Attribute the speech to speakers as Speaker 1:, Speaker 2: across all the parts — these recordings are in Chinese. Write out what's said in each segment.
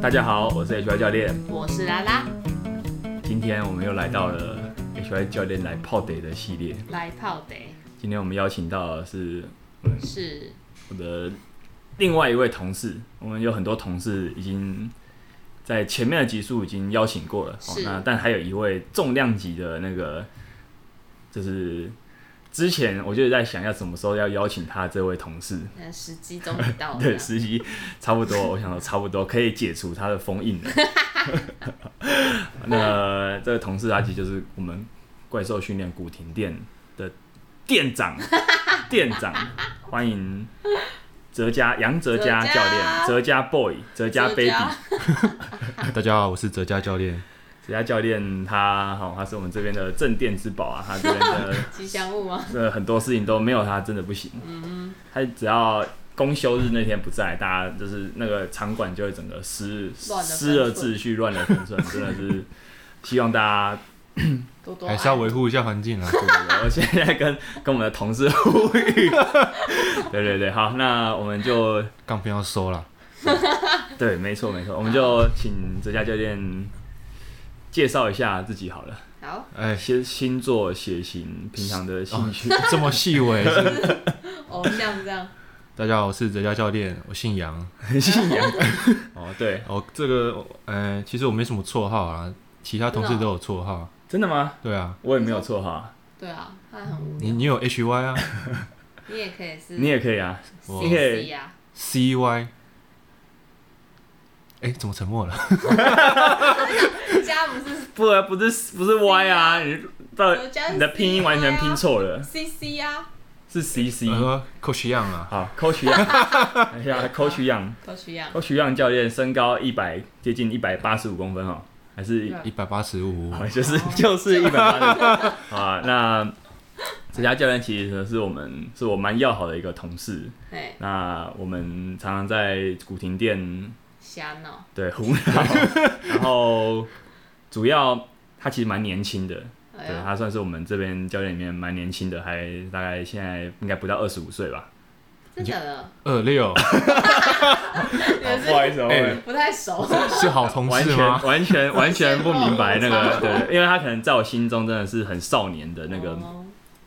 Speaker 1: 大家好，我是 HY 教练，
Speaker 2: 我是拉拉，
Speaker 1: 今天我们又来到了 HY 教练来泡得的系列。
Speaker 2: 来泡的
Speaker 1: 今天我们邀请到的是
Speaker 2: 是
Speaker 1: 我的另外一位同事，我们有很多同事已经在前面的集数已经邀请过了，哦
Speaker 2: 是
Speaker 1: 那但还有一位重量级的那个，就是之前我就在想要什么时候要邀请他这位同事，
Speaker 2: 那时机终于到 了，
Speaker 1: 对，实习差不多，我想说差不多可以解除他的封印了。那这个同事阿吉就是我们怪兽训练古亭店的店长，店长，欢迎哲嘉杨哲嘉
Speaker 2: 哲嘉
Speaker 1: 教练，哲嘉 boy，哲嘉 baby，
Speaker 3: 大家好，我是哲嘉教练。
Speaker 1: 哲嘉教练他好、他是我们这边的镇店之宝啊，他这边的
Speaker 2: 吉祥物吗？
Speaker 1: 呃很多事情都没有他真的不行，他只要公休日那天不在，大家就是那个场馆就会整个失
Speaker 2: 乱了分寸
Speaker 1: 失了秩序，乱了分寸，真的是希望大家
Speaker 2: 多多
Speaker 3: 还是要
Speaker 2: 爱
Speaker 3: 维护一下环 境啊。
Speaker 1: 对对对，我现在跟跟我们的同事 呼吁。对对对，好，那我们就
Speaker 3: 杠片要收了，
Speaker 1: 对，没错没错，我们就请哲嘉教练介绍一下自己好了，
Speaker 2: 好，
Speaker 3: 哎、哦
Speaker 1: 星星座、血型、平常的兴趣。
Speaker 3: 这么 细微。是
Speaker 2: 偶像这样，
Speaker 3: 大家好，我是哲嘉教练，我姓杨。
Speaker 1: 信仰哦，对，
Speaker 3: 哦，这个，呃、其实我没什么绰号啊，其他同事都有绰号。
Speaker 1: 真的吗？
Speaker 3: 对啊，
Speaker 1: 我也没有错哈，
Speaker 2: 对啊，他很无
Speaker 3: 你
Speaker 2: 聊，
Speaker 3: 你有 H Y 啊
Speaker 2: 你也可以是
Speaker 1: 你也可以啊，
Speaker 3: 我
Speaker 2: C C 啊呀，
Speaker 3: ，C Y。哎、怎么沉默了？
Speaker 2: 家不是
Speaker 1: 不啊不是不是 Y 啊，你到
Speaker 2: 我家是啊
Speaker 1: 你的拼音完全拼错了，
Speaker 2: C C 啊呀，
Speaker 1: 是 C C
Speaker 3: 我。说 Coach Yang 啊，
Speaker 1: 好，Coach Yang，等一下，Coach Yang。
Speaker 2: 都需要，
Speaker 1: 高徐让教练身高一百，接近一百八十五公分哦，还是
Speaker 3: 一百八十五。
Speaker 1: 好就是 就是一百八十啊。那这家教练其实是我们是我蛮要好的一个同事，
Speaker 2: 哎，
Speaker 1: 那我们常常在古亭店
Speaker 2: 瞎闹，
Speaker 1: 对胡闹，然后主要他其实蛮年轻的，
Speaker 2: 哎
Speaker 1: 对
Speaker 2: 呀，
Speaker 1: 他算是我们这边教练里面蛮年轻的，还大概现在应该不到二十五岁吧。
Speaker 2: 真的的，
Speaker 3: 二六
Speaker 2: 也
Speaker 1: 不好
Speaker 2: 是
Speaker 1: 意思哦，
Speaker 3: 哎
Speaker 2: 不太熟，
Speaker 3: 是好同
Speaker 1: 完
Speaker 3: 事
Speaker 1: 全
Speaker 3: 吗？
Speaker 1: 完全完全不明白 那个，对，因为他可能在我心中真的是很少年的那个，
Speaker 2: 哦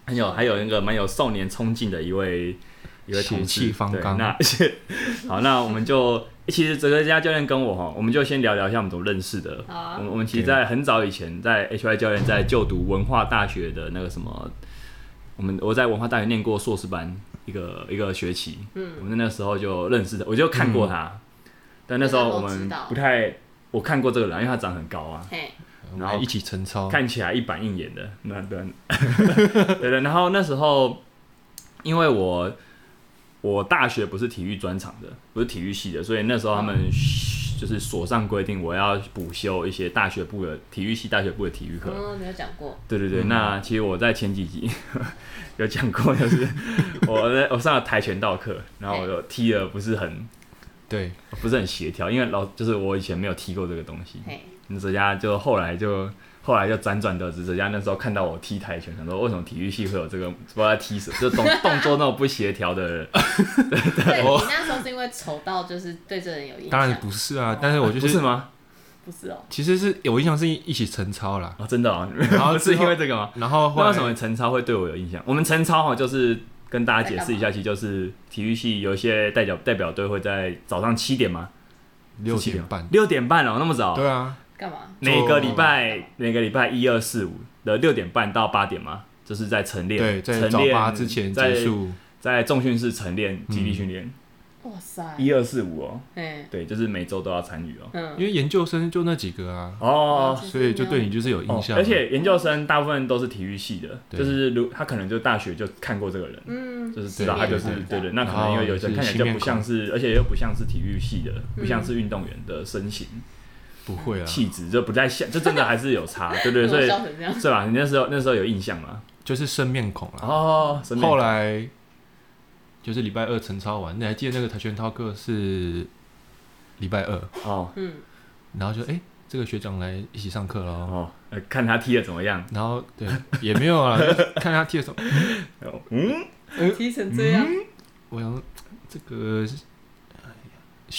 Speaker 1: 很有还有那个蛮有少年冲劲的一位一位同事
Speaker 3: 血气方刚
Speaker 1: 对那 好，那我们就欸其实哲哲家教练跟我哈，我们就先聊聊一下我们怎么认识的。
Speaker 2: 好啊
Speaker 1: 我们我们其实，在很早以前，在 HY 教练在就读文化大学的那个什么，我们我在文化大学念过硕士班一个一个学期，嗯，我们那时候就认识的，我就看过他，
Speaker 2: 嗯
Speaker 1: 但那时候我
Speaker 2: 那时候知
Speaker 1: 们
Speaker 2: 道
Speaker 1: 不太，我看过这个人，因为他长很高啊，
Speaker 2: 嘿，
Speaker 3: 我们一起晨操。
Speaker 1: 看起来一板一眼的，那对，对对。然后那时候，因为我我大学不是体育专场的，不是体育系的，所以那时候他们就是所上规定，我要补修一些大学部的体育系大学部的体育课。
Speaker 2: 嗯，你有讲过，
Speaker 1: 对对对，那其实我在前几集 有讲过，就是 我在我上了跆拳道课，然后我就踢的不是很
Speaker 3: 对，
Speaker 1: 不是很协调，因为老就是我以前没有踢过这个东西。
Speaker 2: 嘿，
Speaker 1: 那哲家就后来就后来就辗转得知，哲家那时候看到我踢跆拳，想说为什么体育系会有这个不知道在踢什么，就 动动作那种不协调的人，
Speaker 2: 对你那时候是因为丑到就是对这人有印象，
Speaker 3: 当然不是啊，但是我就
Speaker 1: 不
Speaker 3: 是
Speaker 1: 是吗？
Speaker 2: 不是哦，
Speaker 3: 其实是有印象是一起晨操啦，
Speaker 1: 啊，真的啊，
Speaker 3: 然后
Speaker 1: 是
Speaker 3: 之后
Speaker 1: 因为这个吗？
Speaker 3: 然后后
Speaker 1: 那
Speaker 3: 来
Speaker 1: 为什么陈超会对我有印象？我们陈超哈就是。跟大家解释一下，其实就是体育系有一些代表代表队会在早上七点吗？
Speaker 3: 六
Speaker 1: 是7
Speaker 3: 点
Speaker 1: 吗
Speaker 3: 半？
Speaker 1: 六点半哦，那么早？
Speaker 3: 嗯对啊，
Speaker 2: 干嘛？
Speaker 1: 每个礼拜每个礼拜一二四五的六点半到八点吗？就是在晨练，
Speaker 3: 对，在
Speaker 1: 晨
Speaker 3: 早
Speaker 1: 练
Speaker 3: 八之前
Speaker 1: 在
Speaker 3: 结束，嗯
Speaker 1: 在重训室晨练、基地训练，
Speaker 2: 哇塞，
Speaker 1: 一二四五哦，
Speaker 2: 哎，
Speaker 1: 对，就是每周都要参与哦。
Speaker 2: 嗯
Speaker 3: 因，为研究生就那几个啊，
Speaker 1: 哦，
Speaker 3: 所以就对你就是有
Speaker 1: 哦
Speaker 3: 印象。
Speaker 1: 而且研究生大部分都是体育系的，
Speaker 3: 啊对
Speaker 1: 就是如他可能就大学就看过这个人，
Speaker 2: 嗯，
Speaker 1: 就是知道
Speaker 2: 对
Speaker 1: 他就是
Speaker 2: 对
Speaker 1: 对
Speaker 2: 对
Speaker 1: 对，那可能因为有些人看起来就不像是，而且又不像是体育系的，不像是运动员的身形
Speaker 3: 不会啊，
Speaker 1: 气质，就不太像，就真的还是有差，对对，
Speaker 2: 我
Speaker 1: 所以
Speaker 2: 笑成这样，
Speaker 1: 是吧？你那时候那时候有印象吗？
Speaker 3: 就是生面孔啦。
Speaker 1: 哦，神秘
Speaker 3: 啊后来就是礼拜二晨操完，你还记得那个跆拳道课是礼拜二，
Speaker 1: 哦
Speaker 2: 嗯，
Speaker 3: 然后就哎，这个学长来一起上课喽。
Speaker 1: 哦，呃看他踢的怎么样，
Speaker 3: 然后对，也没有啊，就是 看他踢的时候，
Speaker 1: 嗯，
Speaker 3: 嗯
Speaker 2: 踢成这样，
Speaker 3: 我想说这个哎呀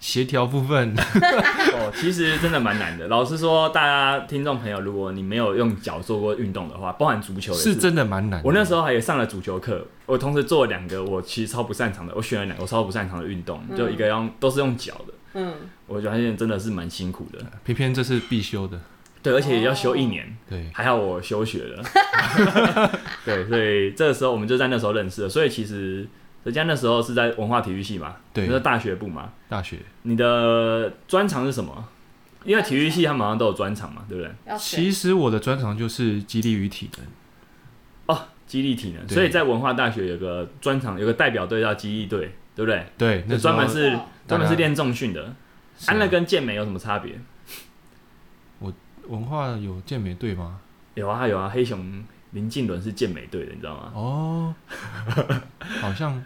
Speaker 3: 协调部分，
Speaker 1: 哦，其实真的蛮难的。老实说，大家听众朋友，如果你没有用脚做过运动的话，包含足球也
Speaker 3: 是真的蛮难的。
Speaker 1: 我那时候还有上了足球课，我同时做了两个我其实超不擅长的，我选了两个我超不擅长的运动，
Speaker 2: 嗯
Speaker 1: 就一个用都是用脚的，
Speaker 2: 嗯，
Speaker 1: 我发现真的是蛮辛苦的。
Speaker 3: 偏偏这是必修的，
Speaker 1: 对，而且也要休一年，
Speaker 3: 对，
Speaker 1: 还好我休学了。对，所以这个时候我们就在那时候认识了。所以其实人家那时候是在文化体育系嘛，
Speaker 3: 对
Speaker 1: 就是大学部嘛。
Speaker 3: 大学
Speaker 1: 你的专长是什么？因为体育系他们好像都有专长嘛，对不对？
Speaker 2: 要选
Speaker 3: 其实我的专长就是激励与体能，
Speaker 1: 哦，激励体能，
Speaker 3: 对
Speaker 1: 所以在文化大学有个专场，有个代表队叫激励队，对不对？
Speaker 3: 对，那
Speaker 1: 就
Speaker 3: 时候
Speaker 1: 专门是
Speaker 2: 哦
Speaker 1: 专门是练重训的。
Speaker 3: 是啊
Speaker 1: 安乐跟健美有什么差别？
Speaker 3: 文化有健美 队吗？
Speaker 1: 有啊有啊，黑熊林敬伦是健美队的，你知道吗？
Speaker 3: 哦，好像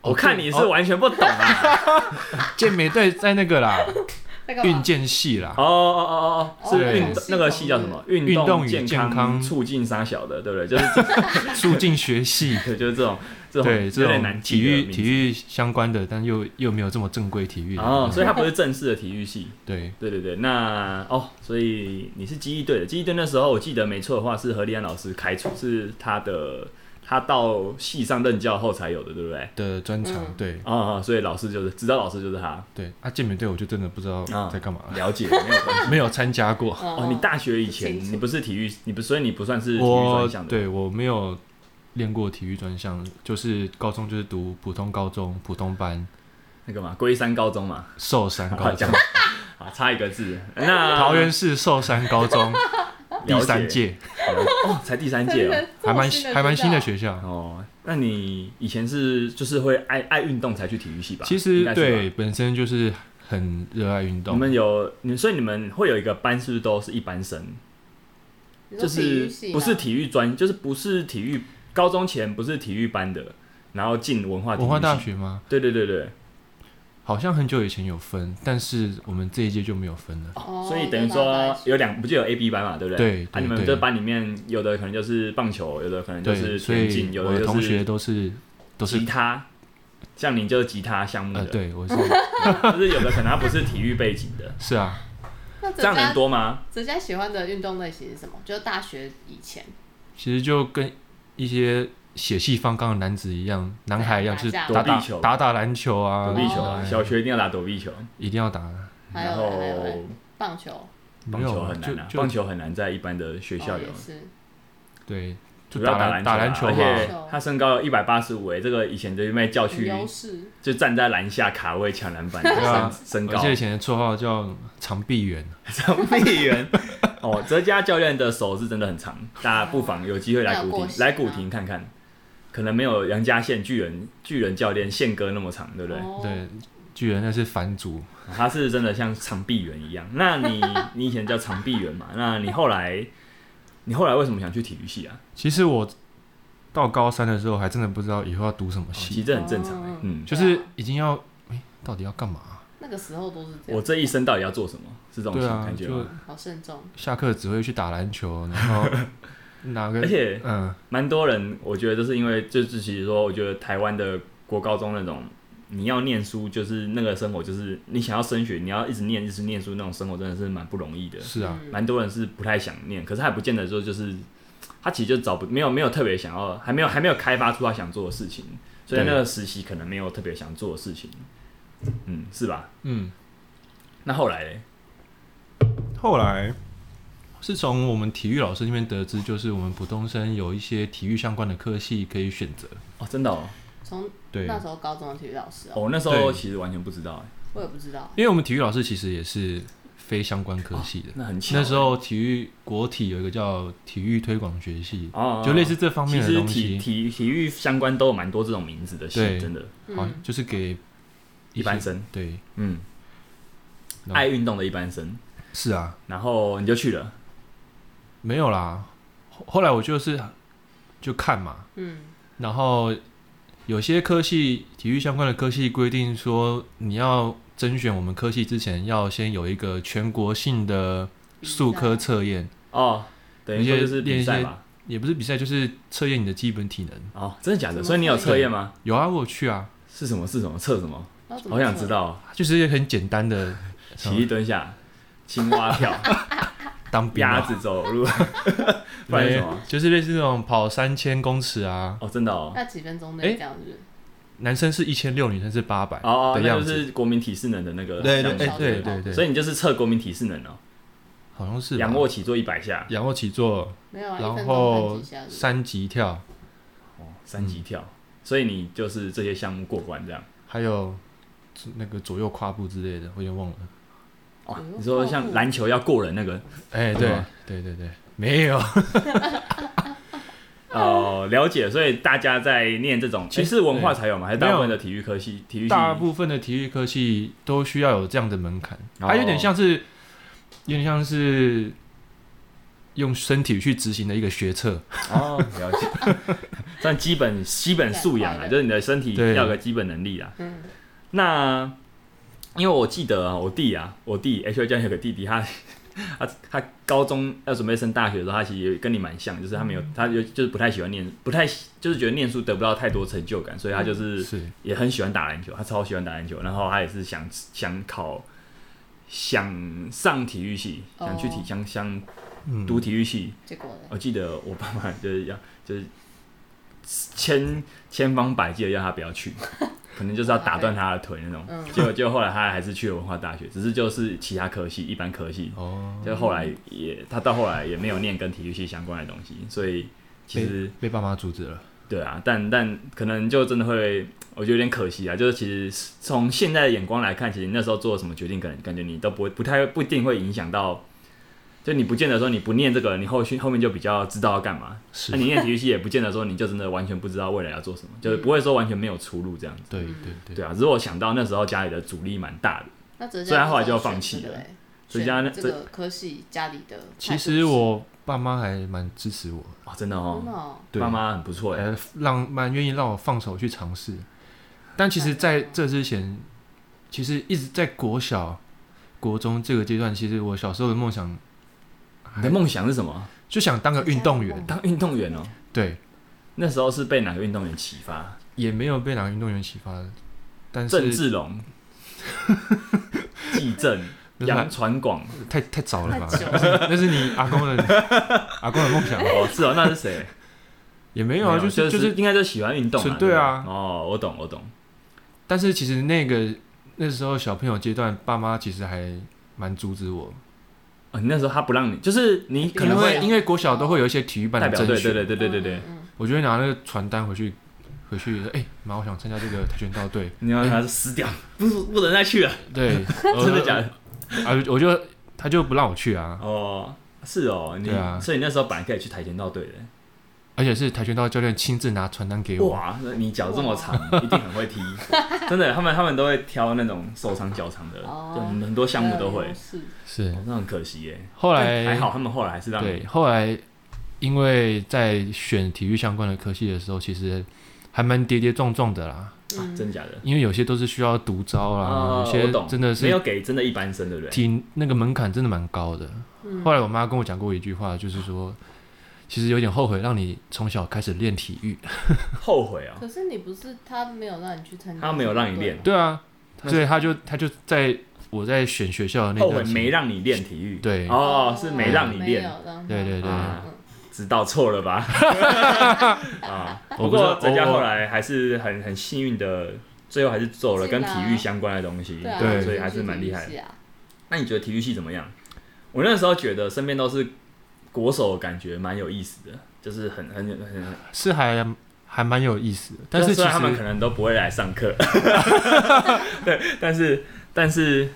Speaker 1: 我看你是
Speaker 3: 哦
Speaker 1: 完全不懂啊！
Speaker 3: 健美队在那个啦，
Speaker 2: 那个
Speaker 3: 运健系啦，
Speaker 1: 哦哦哦哦哦，是
Speaker 3: 对
Speaker 1: 运动那个系叫什么？运
Speaker 3: 运动与
Speaker 1: 健
Speaker 3: 健康
Speaker 1: 促进沙小的，对不对？就是这，
Speaker 3: 促进学系
Speaker 1: 对，就是 这种 这种
Speaker 3: 对，
Speaker 1: 有
Speaker 3: 这
Speaker 1: 点难
Speaker 3: 种
Speaker 1: 记
Speaker 3: 体
Speaker 1: 的
Speaker 3: 育
Speaker 1: 名字
Speaker 3: 体育相关的，但又又没有这么正规体育的
Speaker 1: 哦，所以
Speaker 3: 嗯
Speaker 1: 它不是正式的体育系。
Speaker 3: 对
Speaker 1: 对对对，那哦，所以你是记忆队的，记忆队那时候我记得没错的话是何立安老师开除，是他的他到系上任教后才有的，对不对？
Speaker 3: 的专长，
Speaker 2: 嗯
Speaker 3: 对
Speaker 1: 啊、啊，所以老师就是指导老师就是他，
Speaker 3: 对啊，健美队我就真的不知道
Speaker 1: 啊
Speaker 3: 在干嘛，
Speaker 1: 了解没有关系。
Speaker 3: 没有参加过，
Speaker 1: 哦，你大学以前
Speaker 2: 不清楚
Speaker 1: 你不是体育，你不所以你不算是体育
Speaker 3: 我
Speaker 1: 专项的，
Speaker 3: 对我没有练过体育专项，就是高中就是读普通高中普通班，
Speaker 1: 那个嘛，龟山高中 嘛，
Speaker 3: 寿山
Speaker 1: 啊
Speaker 3: 高中
Speaker 1: 讲，啊差一个字，那
Speaker 3: 桃园市寿山 高中
Speaker 1: 哎
Speaker 3: 第三届，
Speaker 1: 哦才第三届哦。
Speaker 3: 还蛮还蛮新的，学校。
Speaker 1: 哦，那你以前是就是会爱爱运动才去体育系吧？
Speaker 3: 其
Speaker 1: 应
Speaker 3: 实
Speaker 1: 该是吧
Speaker 3: 对本身就是很热爱运
Speaker 1: 你
Speaker 3: 动，
Speaker 1: 们有你，所以你们会有一个班，是不是都是一般生？就
Speaker 2: 就是啊
Speaker 1: 不是体育啊专，就是不是体育高中前不是体育班的，然后进文化体育
Speaker 3: 文化大
Speaker 1: 系。
Speaker 3: 学吗？
Speaker 1: 对对对对，
Speaker 3: 好像很久以前有分，但是我们这一届就没有分了。
Speaker 2: 哦
Speaker 1: 所以等于说有两，不就有 A、B 班嘛，对不对？
Speaker 3: 对
Speaker 1: 啊，
Speaker 3: 对
Speaker 1: 你们
Speaker 3: 对
Speaker 1: 这班里面有的可能就是棒球，有的可能就
Speaker 3: 对，
Speaker 1: 是
Speaker 3: 所
Speaker 1: 田径，
Speaker 3: 以
Speaker 1: 有
Speaker 3: 我
Speaker 1: 的
Speaker 3: 的
Speaker 1: 就
Speaker 3: 同学
Speaker 1: 是
Speaker 3: 都是都
Speaker 1: 吉
Speaker 3: 是
Speaker 1: 他。像你就是吉他项目
Speaker 3: 呃，
Speaker 1: 的，
Speaker 3: 对我是
Speaker 1: 就是有的可能他不是体育背景 的，
Speaker 3: 是啊，
Speaker 2: 那
Speaker 1: 这样
Speaker 2: 哲
Speaker 1: 人
Speaker 2: 家
Speaker 1: 多吗？
Speaker 2: 哲家喜欢的运动类型是什么？就是大学以前
Speaker 3: 其实就跟一些血气方刚的男子一样，男孩一样，
Speaker 2: 打
Speaker 3: 就是
Speaker 2: 架
Speaker 3: 打
Speaker 1: 躲
Speaker 3: 打
Speaker 1: 避球
Speaker 3: 打打篮球啊，
Speaker 1: 躲避球
Speaker 3: 哎，
Speaker 1: 小学一定要打躲避球，
Speaker 3: 一定要打，啊
Speaker 2: 还
Speaker 1: 然
Speaker 2: 有还有
Speaker 1: 后
Speaker 2: 嘞棒球，
Speaker 3: 没
Speaker 1: 棒
Speaker 3: 有
Speaker 1: 球
Speaker 3: 啊
Speaker 1: 很难啊，
Speaker 3: 就
Speaker 1: 棒
Speaker 3: 就
Speaker 1: 球很难在一般的学校
Speaker 2: 哦
Speaker 1: 有
Speaker 2: 也，是
Speaker 3: 对，就
Speaker 1: 主要打
Speaker 3: 篮
Speaker 1: 球啊，
Speaker 3: 打篮球
Speaker 1: 而
Speaker 3: 吧，
Speaker 1: 且他身高一百八十五，哎，这个以前就被叫
Speaker 2: 有
Speaker 1: 去
Speaker 2: 优势，
Speaker 1: 就站在篮下卡位抢篮板，
Speaker 3: 对啊
Speaker 1: 身身
Speaker 3: 而
Speaker 1: 高
Speaker 3: 且以前的绰号叫长臂猿，
Speaker 1: 长臂猿。哦，哲家教练的手是真的很长，大家不妨有机会来
Speaker 2: 那有
Speaker 1: 古
Speaker 2: 过
Speaker 1: 亭
Speaker 2: 膝吗
Speaker 1: 来古亭看看，可能没有杨家宪巨人巨人教练宪哥那么长，对不对？
Speaker 2: 哦，
Speaker 3: 对，巨人那是反祖，
Speaker 1: 他是真的像长臂猿一样。那你你以前叫长臂猿嘛？那你后来你后来为什么想去体育系啊？
Speaker 3: 其实我到高三的时候还真的不知道以后要读什么
Speaker 1: 哦其
Speaker 3: 系，
Speaker 1: 实这很正常、欸
Speaker 2: 哦，
Speaker 1: 嗯，
Speaker 3: 就是已经要，哎，到底要干嘛啊？
Speaker 2: 那个时候都是这
Speaker 1: 我
Speaker 2: 样，嗯
Speaker 1: 这一生到底要做什么？是这种
Speaker 3: 对啊，
Speaker 1: 感觉吗
Speaker 3: 就
Speaker 2: 好慎重，
Speaker 3: 下课只会去打篮球，然后拿个
Speaker 1: 而且
Speaker 3: 嗯，
Speaker 1: 蛮多人，我觉得就是因为就是其实说，我觉得台湾的国高中那种，你要念书就是那个生活，就是你想要升学，你要一直念一直念书那种生活，真的是蛮不容易的。
Speaker 3: 是
Speaker 2: 嗯
Speaker 3: 啊，
Speaker 1: 蛮多人是不太想念，可是他也不见得说就是他其实就找不没有没有特别想要，还没有还没有开发出他想做的事情，所以
Speaker 3: 对
Speaker 1: 那个实习可能没有特别想做的事情，嗯，是吧？
Speaker 3: 嗯，
Speaker 1: 那后来嘞，
Speaker 3: 后来是从我们体育老师那边得知，就是我们普通生有一些体育相关的科系可以选择，
Speaker 1: 哦，真的哦，
Speaker 2: 从
Speaker 3: 对，
Speaker 2: 那时候高中的体育老师哦，
Speaker 1: 我、那时候
Speaker 3: 对
Speaker 1: 其实完全不知道，哎，
Speaker 2: 我也不知道，
Speaker 3: 因为我们体育老师其实也是非相关科系的，
Speaker 1: 那很巧，
Speaker 3: 那时候体育国体有一个叫体育推广学系，
Speaker 1: 哦，
Speaker 3: 就类似这方
Speaker 1: 其
Speaker 3: 面的
Speaker 1: 实
Speaker 3: 东
Speaker 1: 体
Speaker 3: 西，
Speaker 1: 体体育相关都有蛮多这种名字的戏，
Speaker 3: 对
Speaker 1: 真的，
Speaker 3: 好
Speaker 2: 嗯，
Speaker 3: 就是给
Speaker 1: 一般生，
Speaker 3: 对，
Speaker 1: 嗯，
Speaker 3: 然后
Speaker 1: 爱运动的一般生，
Speaker 3: 是啊，
Speaker 1: 然后你就去了，
Speaker 3: 没有啦。后后来我就是就看嘛，
Speaker 2: 嗯，
Speaker 3: 然后有些科系体育相关的科系规定说，你要甄选我们科系之前，要先有一个全国性的数科测验，
Speaker 1: 哦，等于
Speaker 3: 一
Speaker 1: 说
Speaker 3: 些
Speaker 1: 就是比赛吧，
Speaker 3: 也不是比赛，就是测验你的基本体能。
Speaker 1: 哦，真的假的？
Speaker 2: 什么
Speaker 1: 所以你有测验吗？
Speaker 3: 有啊，我有去啊，
Speaker 1: 是什么？是什么？测什么？
Speaker 2: 不知道怎么
Speaker 1: 好想
Speaker 2: 做
Speaker 1: 知。道
Speaker 3: 就是一个很简单的
Speaker 1: 起立蹲下、青蛙 跳、
Speaker 3: 当兵
Speaker 1: 鸭
Speaker 3: 啊，
Speaker 1: 子走路， 不然是
Speaker 3: 对
Speaker 1: 什么？
Speaker 3: 就是类似那种跑三千公尺啊，
Speaker 1: 哦，真的哦，
Speaker 2: 那几分钟
Speaker 3: 哎
Speaker 2: 内这样子，
Speaker 3: 男生是一千六，女生是八百
Speaker 1: 哦哦，
Speaker 3: 的
Speaker 1: 那
Speaker 3: 样
Speaker 1: 就
Speaker 3: 子。
Speaker 1: 是国民体适能的那个
Speaker 3: 对
Speaker 1: 项目，
Speaker 3: 对哎对
Speaker 2: 小
Speaker 3: 对
Speaker 2: 时
Speaker 3: 对，
Speaker 1: 所以你就是测国民体适能哦，
Speaker 3: 好像是吧
Speaker 1: 仰卧起坐一百下，
Speaker 3: 仰卧起坐，
Speaker 2: 没有啊，一
Speaker 3: 然
Speaker 2: 分钟
Speaker 3: 后
Speaker 2: 看几下子。
Speaker 3: 三级跳，
Speaker 1: 哦，三级跳，所以你就是这些项目过关这样。
Speaker 3: 还有那个左右跨步之类的，我有点忘了。
Speaker 1: 哇
Speaker 2: 哎呦，
Speaker 1: 你说像篮球要过人那个，
Speaker 3: 哎，
Speaker 1: 是
Speaker 3: 对
Speaker 1: 吗
Speaker 3: 对对对，没有，
Speaker 1: 哦，了解。所以大家在念这种，其实文化才有嘛，还是大部分的体育科系，体育系
Speaker 3: 大部分的体育科系都需要有这样的门槛，
Speaker 1: 哦
Speaker 3: 它有点像是，有点像是用身体去执行的一个学测。
Speaker 1: 哦，了解。 算基本基本素养啊，就是你的身体
Speaker 3: 对
Speaker 1: 要有个基本能力啊。
Speaker 2: 嗯，
Speaker 1: 那因为我记得啊，我弟啊，我弟 H Y 教练有个弟弟，他 他他高中要准备升大学的时候，他其实也跟你蛮像，就是他没有，他就就是不太喜欢念，不太喜就是觉得念书得不到太多成就感，所以他就是
Speaker 3: 是
Speaker 1: 也很喜欢打篮球，他超喜欢打篮球，然后他也是想想考想上体育系，
Speaker 2: 哦
Speaker 1: 想去体想想
Speaker 3: 嗯，
Speaker 1: 读体育系，
Speaker 2: 结果呢？
Speaker 1: 我记得我爸妈就是要就是千千方百计的要他不要去，可能就是要打断他的腿那种。
Speaker 2: 嗯
Speaker 1: 结果结果后来他还是去了文化大学，只是就是其他科系，一般科系。
Speaker 3: 哦，
Speaker 1: 就后来也他到后来也没有念跟体育系相关的东西，所以其实
Speaker 3: 被被爸妈阻止了。
Speaker 1: 对啊，但但可能就真的会，我觉得有点可惜啊。就是其实从现在的眼光来看，其实你那时候做了什么决定，可能感觉你都不会不太不一定会影响到。就你不见得说你不念这个，你后续后面就比较知道要干嘛。
Speaker 3: 是
Speaker 1: 那你念体育系也不见得说你就真的完全不知道未来要做什么，就是不会说完全没有出路这样子。
Speaker 3: 对
Speaker 2: 嗯
Speaker 3: 对对，
Speaker 1: 对啊，只是我想到那时候家里的阻力蛮大的，
Speaker 2: 那只是
Speaker 1: 所以他
Speaker 2: 家
Speaker 1: 后来
Speaker 2: 长
Speaker 1: 就
Speaker 2: 选
Speaker 1: 放弃
Speaker 2: 这个
Speaker 1: 了
Speaker 2: 欸
Speaker 1: 所以
Speaker 2: 选
Speaker 1: 家那
Speaker 2: 这
Speaker 1: 这
Speaker 2: 个科系家里的态度
Speaker 3: 其
Speaker 2: 是，
Speaker 3: 实我爸妈还蛮支持我，
Speaker 1: 哦，真的
Speaker 2: 真的
Speaker 1: 哦，
Speaker 2: 哦
Speaker 3: 对
Speaker 1: 爸妈很不错哎。
Speaker 3: 呃，让蛮愿意让我放手去尝试。但其实在这之前，其实一直在国小、国中这个阶段，其实我小时候的梦想
Speaker 1: 你的梦想是什么？
Speaker 3: 就想当个运动员，
Speaker 1: 当运动员哦。
Speaker 3: 对，
Speaker 1: 那时候是被哪个运动员启发？
Speaker 3: 也没有被哪个运动员启发，但
Speaker 1: 郑
Speaker 3: 是
Speaker 1: 志 龙、纪政、
Speaker 3: 那是
Speaker 1: 杨传广。
Speaker 3: 太太早了吧？
Speaker 2: 太久
Speaker 3: 那是那是你阿公的 阿公的梦想，
Speaker 1: 哦，是哦，那是谁？
Speaker 3: 也 没有啊，就
Speaker 1: 就
Speaker 3: 是就是，
Speaker 1: 应该就喜欢运动
Speaker 3: 是
Speaker 1: 啊。
Speaker 3: 对啊
Speaker 1: 不哦，我懂，我懂。
Speaker 3: 但是其实那个那时候小朋友阶段，爸妈其实还蛮阻止我，
Speaker 1: 哦，你那时候他不让你，就是你可能
Speaker 3: 因为
Speaker 1: 会
Speaker 2: 对
Speaker 3: 因为国小都会有一些体育班
Speaker 1: 代
Speaker 3: 的
Speaker 1: 表
Speaker 3: 甄
Speaker 1: 队，
Speaker 3: 选，
Speaker 1: 对对对对对对
Speaker 2: 嗯。嗯嗯
Speaker 3: 我就会拿那个传单回去，回去哎妈，我想参加这个跆拳道队，
Speaker 1: 你要他撕掉，不是不能再去 了，哦
Speaker 3: 对，
Speaker 1: 真的假的？
Speaker 3: 的？啊，我就他就不让我去啊，
Speaker 1: 哦，是哦，你
Speaker 3: 对啊
Speaker 1: 所以你那时候本来可以去跆拳道队的。
Speaker 3: 而且是跆拳道教练亲自拿传单给我，
Speaker 1: 哇，那你脚这么长，一定很会踢。 真的，他们他们都会挑那种手长脚长的，
Speaker 2: 哦
Speaker 1: 就很多项目都会。
Speaker 2: 是
Speaker 3: 是
Speaker 1: 哦那很可惜耶。
Speaker 3: 后来
Speaker 1: 哎还好，他们后来还是让你
Speaker 3: 对，后来因为在选体育相关的科系的时候，其实还蛮跌跌撞撞的啦，
Speaker 1: 啊，
Speaker 2: 嗯
Speaker 1: 真假的？
Speaker 3: 因为有些都是需要独招啦，
Speaker 1: 啊，
Speaker 3: 有
Speaker 1: 我
Speaker 3: 些
Speaker 1: 懂，
Speaker 3: 真的
Speaker 1: 没有
Speaker 3: 是
Speaker 1: 给真的一般生，对不对？
Speaker 3: 挺那个门槛真的蛮高的。
Speaker 2: 嗯
Speaker 3: 后来我妈跟我讲过一句话，就是说，其实有点后悔让你从小开始练体育。
Speaker 1: 后悔啊，
Speaker 2: 可是你不是他没有让你去参加，
Speaker 1: 他没有让你练，
Speaker 3: 对啊，
Speaker 1: 她
Speaker 3: 所以她就她就在我在选学校的那
Speaker 1: 后悔
Speaker 3: 段期
Speaker 1: 没让你练体育。
Speaker 3: 对
Speaker 1: 哦，是没让你
Speaker 2: 没
Speaker 1: 练，啊
Speaker 2: 有让他
Speaker 3: 对对对
Speaker 2: 嗯嗯
Speaker 1: 知道错了吧？啊，
Speaker 3: 我
Speaker 1: 不
Speaker 3: 不知道
Speaker 1: 过人家后来还是很很幸运的，最后还是走了跟体育相关的东西，
Speaker 2: 对啊，
Speaker 3: 对
Speaker 1: 嗯所以还是蛮厉害的。
Speaker 2: 的。
Speaker 1: 那你觉得体育系怎么样？我那时候觉得身边都是国手，感觉蛮有意思的，就是很很很很，
Speaker 3: 是还还蛮有意思的，但是
Speaker 1: 虽
Speaker 3: 其实
Speaker 1: 然他们可能都不会来上课， 对，但是但是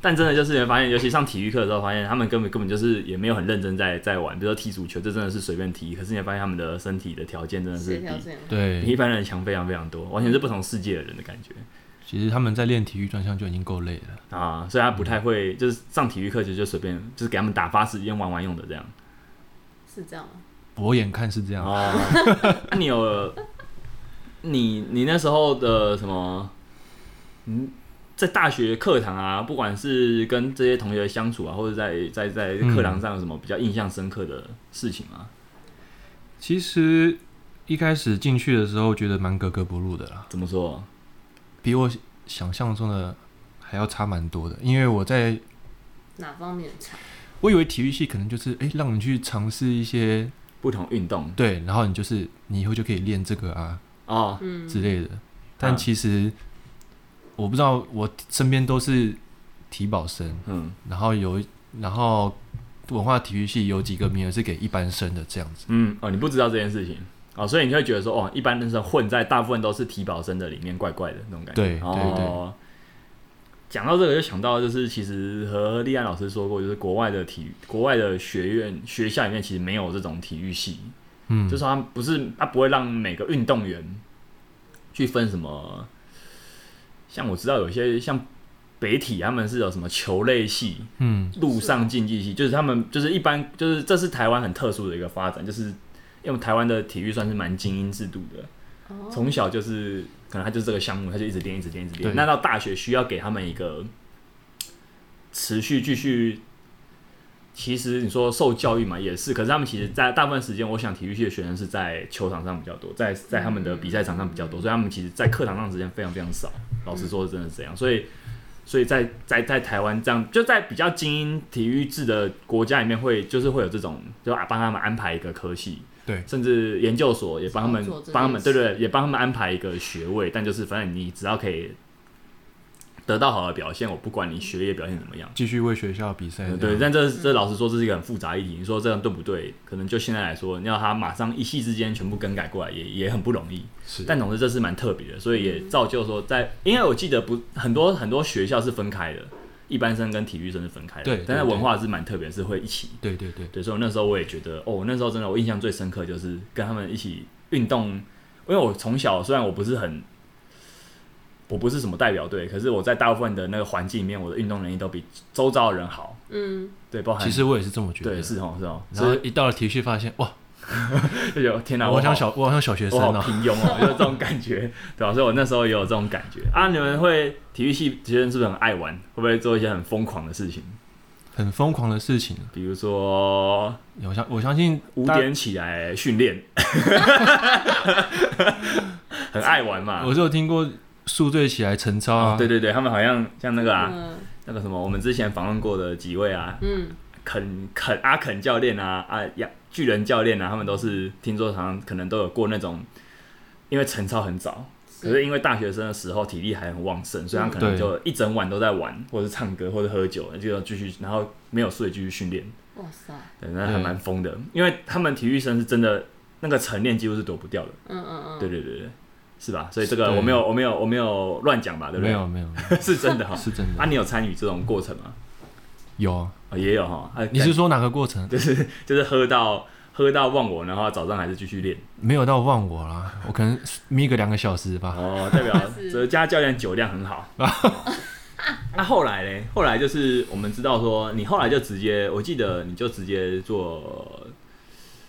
Speaker 1: 但真的就是你会发现，尤其上体育课的时候，发现他们根本根本就是也没有很认真在在玩，比如说踢足球，这真的是随便踢，可是你会发现他们的身体的条件真的是
Speaker 2: 协
Speaker 1: 比
Speaker 2: 调
Speaker 1: 比
Speaker 2: 性
Speaker 1: 一
Speaker 3: 对，
Speaker 1: 般人强非常非常多，完全是不同世界的人的感觉。
Speaker 3: 其实他们在练体育专项就已经够累了。
Speaker 1: 啊，所以他不太会，就是上体育课其实就随便，就是给他们打发时间玩玩用的这样。
Speaker 2: 是这样啊吗？
Speaker 3: 我眼看是这样，
Speaker 1: 哦， 那你有你你那时候的什么？嗯，在大学课堂啊，不管是跟这些同学相处啊，或者在在在
Speaker 3: 嗯
Speaker 1: 课堂上有什么比较印象深刻的事情吗？
Speaker 3: 其实一开始进去的时候觉得蛮格格不入的啦，
Speaker 1: 怎么说？
Speaker 3: 比我想象中的还要差蛮多的，因为我在
Speaker 2: 哪方面差？
Speaker 3: 我以为体育系可能就是哎、诶让你去尝试一些
Speaker 1: 不同运动
Speaker 3: 对，然后你就是你以后就可以练这个啊
Speaker 1: 哦，
Speaker 2: 嗯，
Speaker 3: 之类的，但
Speaker 1: 嗯
Speaker 3: 其实我不知道，我身边都是体保生，
Speaker 1: 嗯
Speaker 3: 然后有然后文化体育系有几个名额是给一般生的这样子，
Speaker 1: 嗯哦，你不知道这件事情哦，所以你会觉得说哦，一般的生混在大部分都是体保生的里面，怪怪的那种感觉。
Speaker 3: 对对对
Speaker 1: 哦讲到这个，就想到就是，其实和立安老师说过，就是国外的体育，国外的学院学校里面其实没有这种体育系，
Speaker 3: 嗯，
Speaker 1: 就是他不是他不会让每个运动员去分什么，像我知道有一些像北体他们是有什么球类系、
Speaker 3: 嗯
Speaker 1: 陆上竞技系，就是他们就是一般就是这是台湾很特殊的一个发展，就是因为我们台湾的体育算是蛮精英制度的，
Speaker 2: 哦
Speaker 1: 从小就是可能他就是这个项目，他就一直练一直练一直练，
Speaker 3: 对
Speaker 1: 那到大学需要给他们一个持续继续。其实你说受教育嘛，也是。可是他们其实，在大部分时间，我想体育系的学生是在球场上比较多，在在他们的比赛场上比较多，所以他们其实，在课堂上的时间非常非常少。老实说，真的是这样。所以，所以在在在台湾这样，就在比较精英体育制的国家里面会，就是会有这种，就啊帮他们安排一个科系，
Speaker 3: 对
Speaker 1: 甚至研究所也帮他们
Speaker 2: 操作这件事
Speaker 1: 帮他们，对对，对也帮他们安排一个学位，但就是反正你只要可以得到好的表现，我不管你学业表现怎么样。
Speaker 3: 继续为学校比赛这样，
Speaker 1: 呃对，但这这老实说，这是一个很复杂的议题。你说这样对不对？可能就现在来说，你要他马上一夕之间全部更改过来，也也很不容易。
Speaker 3: 是
Speaker 1: 但总之这是蛮特别的，所以也造就说在，因为我记得不很多很多学校是分开的，一般生跟体育生是分开的，
Speaker 3: 对对
Speaker 1: 但是
Speaker 3: 对
Speaker 1: 文化是蛮特别，是会一起。
Speaker 3: 对对对，
Speaker 1: 对，所以我那时候我也觉得，哦，那时候真的我印象最深刻就是跟他们一起运动，因为我从小虽然我不是很，我不是什么代表队，可是我在大部分的那个环境里面，我的运动能力都比周遭的人好，
Speaker 2: 嗯，
Speaker 1: 对，包含
Speaker 3: 其实我也是这么觉得，
Speaker 1: 哦对是哦是哦，
Speaker 3: 然
Speaker 1: 所
Speaker 3: 后
Speaker 1: 以
Speaker 3: 一到了体育系发现哇，
Speaker 1: 就 有天哪，
Speaker 3: 我好像
Speaker 1: 好
Speaker 3: 小我好像小学生
Speaker 1: 我好
Speaker 3: 啊，
Speaker 1: 平庸哦，就是这种感觉，对吧、啊所以我那时候也有这种感觉啊。你们会体育系学生是不是很爱玩？会不会做一些很疯狂的事情？
Speaker 3: 很疯狂的事情，
Speaker 1: 比如说
Speaker 3: 我相我相信
Speaker 1: 五
Speaker 3: 大
Speaker 1: 点起来训练， 很爱玩嘛。
Speaker 3: 我是有听过宿醉起来晨操
Speaker 1: 哦
Speaker 3: 啊，
Speaker 1: 对对对，他们好像像那个啊，
Speaker 2: 嗯
Speaker 1: 那个什么，我们之前访问过的几位啊，
Speaker 2: 嗯，
Speaker 1: 肯肯阿肯教练啊，啊呀巨人教练啊，他们都是听说好像可能都有过那种，因为晨操很早，可是因为大学生的时候体力还很旺盛，所以他可能
Speaker 3: 嗯对
Speaker 1: 就一整晚都在玩，或者唱歌，或者喝酒，就要继续，然后没有睡继续训练，
Speaker 2: 哇塞，
Speaker 1: 对，那还蛮疯的，因为他们体育生是真的那个晨练几乎是躲不掉的，
Speaker 2: 嗯嗯嗯，
Speaker 1: 对对对对，是吧？所以这个
Speaker 3: 对
Speaker 1: 我没有我没有我没有乱讲吧，对不
Speaker 3: 没有
Speaker 1: 对？
Speaker 3: 没有，没
Speaker 1: 是真的哈
Speaker 3: 有，是真
Speaker 1: 啊，
Speaker 3: 的
Speaker 1: 你有参与这种过程吗？
Speaker 3: 有啊。
Speaker 1: 哦、也有哈，啊
Speaker 3: 你是说哪个过程？
Speaker 1: 就是喝到喝到忘我，然后早上还是继续 练。
Speaker 3: 没有到忘我啦，我可能眯个两个小时吧。
Speaker 1: 哦，代表
Speaker 2: 是
Speaker 1: 哲家教练酒量很 好。那后来嘞？后来就是我们知道说，你后来就直接，我记得你就直接做，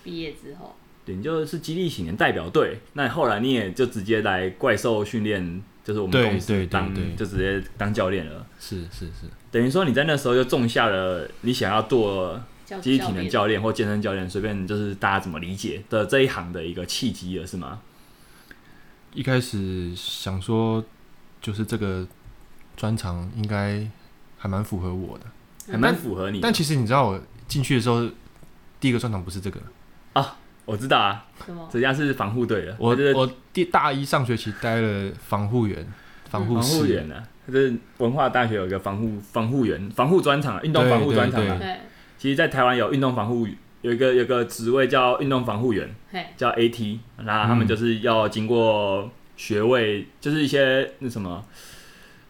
Speaker 2: 毕业之后，
Speaker 1: 对，你就是激励型的代表队。那后来你也就直接来怪兽训练，就是我们
Speaker 3: 对
Speaker 1: 公司
Speaker 3: 对对
Speaker 1: 当
Speaker 3: 对
Speaker 1: 就直接当教练了。
Speaker 3: 是是是，
Speaker 1: 等于说你在那时候就种下了你想要做
Speaker 2: 教
Speaker 1: 激励体能
Speaker 2: 练
Speaker 1: 教练或健身教练，随便就是大家怎么理解的这一行的一个契机了，是吗？
Speaker 3: 一开始想说，就是这个专长应该还蛮符合我的，
Speaker 1: 还蛮符合你的
Speaker 3: 嗯但其实你知道，我进去的时候第一个专长不是这个，
Speaker 1: 我知道啊，
Speaker 2: 什么？
Speaker 1: 哲家是防护队的，
Speaker 3: 我
Speaker 1: 他就是
Speaker 3: 我第大一上学期待了防护员、防护
Speaker 1: 防护
Speaker 3: 室
Speaker 1: 员，啊，就是文化大学有一个防护防护员、防护专场啊，运动防护专场
Speaker 3: 对
Speaker 1: 啊。
Speaker 2: 对，
Speaker 1: 其实，在台湾有运动防护有一个有一个职位叫运动防护员，
Speaker 2: 嘿，
Speaker 1: 叫 AT，那他们
Speaker 3: 嗯
Speaker 1: 就是要经过学位，就是一些那什么，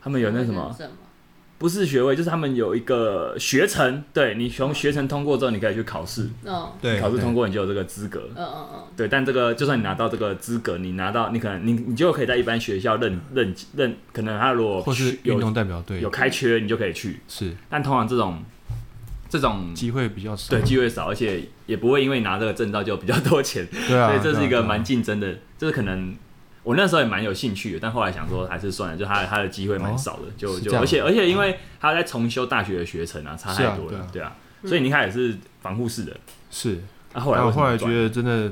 Speaker 1: 他们有那什么
Speaker 2: 认证吗？
Speaker 1: 不是学位，就是他们有一个学程，对你从学程通过之后，你可以去考试，
Speaker 2: 嗯
Speaker 3: 对，
Speaker 1: 考试通
Speaker 3: 过，
Speaker 1: 过你就有这个资格
Speaker 2: 嗯。嗯
Speaker 1: 对，但这个就算你拿到这个资格，你拿到你可能你你就可以在一般学校认认认，可能他如果
Speaker 3: 或是运
Speaker 1: 有
Speaker 3: 动代表队
Speaker 1: 有，开缺，你就可以去。
Speaker 3: 是
Speaker 1: 但通常这种这种
Speaker 3: 机会比较少，
Speaker 1: 对机会少，而且也不会因为拿这个证照就比较多钱，
Speaker 3: 对啊，
Speaker 1: 所以这是一
Speaker 3: 对啊
Speaker 1: 个蛮竞争的。就是可能我那时候也蛮有兴趣的，但后来想说还是算了，就他他的机会蛮少的，就是就
Speaker 3: 哦这样
Speaker 1: 而且而且因为他在重修大学的学程啊，差
Speaker 3: 是
Speaker 1: 太
Speaker 3: 啊
Speaker 1: 多了，对
Speaker 3: 对
Speaker 1: 啊，所以你一开始是防护室的，
Speaker 3: 是，
Speaker 1: 啊后来
Speaker 3: 然后
Speaker 1: 为什么
Speaker 3: 后来
Speaker 1: 转
Speaker 3: 觉得真的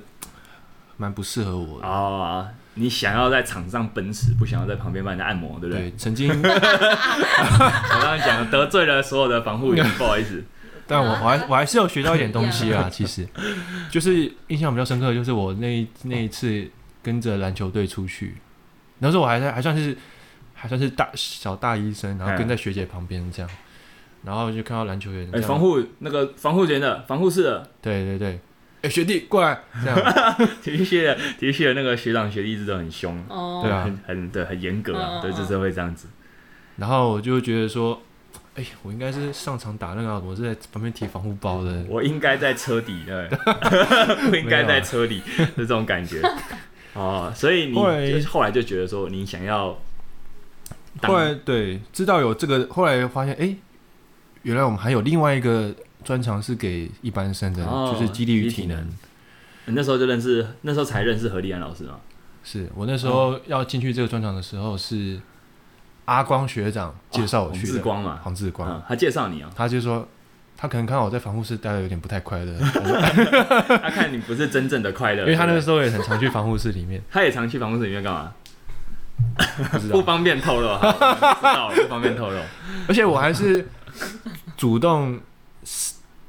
Speaker 3: 蛮不适合我的。
Speaker 1: 啊，你想要在场上奔驰，不想要在旁边帮人家按摩，对不对？
Speaker 3: 对，曾经，
Speaker 1: 我刚刚讲得罪了所有的防 护员，不好意思。
Speaker 3: 但我还我还是有学到一点东 西啊。其实，就是印象比较深刻，的就是我那一那一次跟着篮球队出去，那时候我还在还算是还算是大小大医生，然后跟在学姐旁边这样，然后就看到篮球员
Speaker 1: 嗯
Speaker 3: 这
Speaker 1: 哎、
Speaker 3: 样，
Speaker 1: 防护那个防护员的防护室的
Speaker 3: 对对对，哎、学弟过来这样，
Speaker 1: 体育系的体育系的那个学长学弟一直都很凶，
Speaker 2: 哦，
Speaker 3: 对啊
Speaker 1: 很很对很严格啊，
Speaker 2: 嗯嗯
Speaker 1: 对，
Speaker 2: 嗯
Speaker 1: 就是会这样子。
Speaker 3: 然后我就觉得说，哎、我应该是上场打那个，啊我是在旁边提防护包的，
Speaker 1: 我应该在车底， 对，不应该在车里，是这种感觉。哦，所以你
Speaker 3: 啊后来
Speaker 1: 就是后来就觉得说，你想要当
Speaker 3: 后来对知道有这个，后来发现哎、诶原来我们还有另外一个专长是给一般生的，
Speaker 1: 哦
Speaker 3: 就是激励与
Speaker 1: 激
Speaker 3: 体
Speaker 1: 励体
Speaker 3: 能。
Speaker 1: 能你那时候就认识，那时候才认识何立安老师嘛。
Speaker 3: 是我那时候要进去这个专场的时候，是阿光学长介绍我去
Speaker 1: 哦黄
Speaker 3: 的，
Speaker 1: 志光嘛，
Speaker 3: 黄志光，
Speaker 1: 嗯，他介绍你哦，
Speaker 3: 他就说他可能看到我在防护室待的有点不太 快乐，
Speaker 1: 他看你不是真正的快乐，
Speaker 3: 因为他那
Speaker 1: 对
Speaker 3: 个
Speaker 1: 不对
Speaker 3: 时候也很常去防护室 里面，
Speaker 1: 他也常去防护室里面干嘛？
Speaker 3: 不知
Speaker 1: 不
Speaker 3: 道，
Speaker 1: 方便透露， 好我们知道了不方便透露。
Speaker 3: 而且我还是主动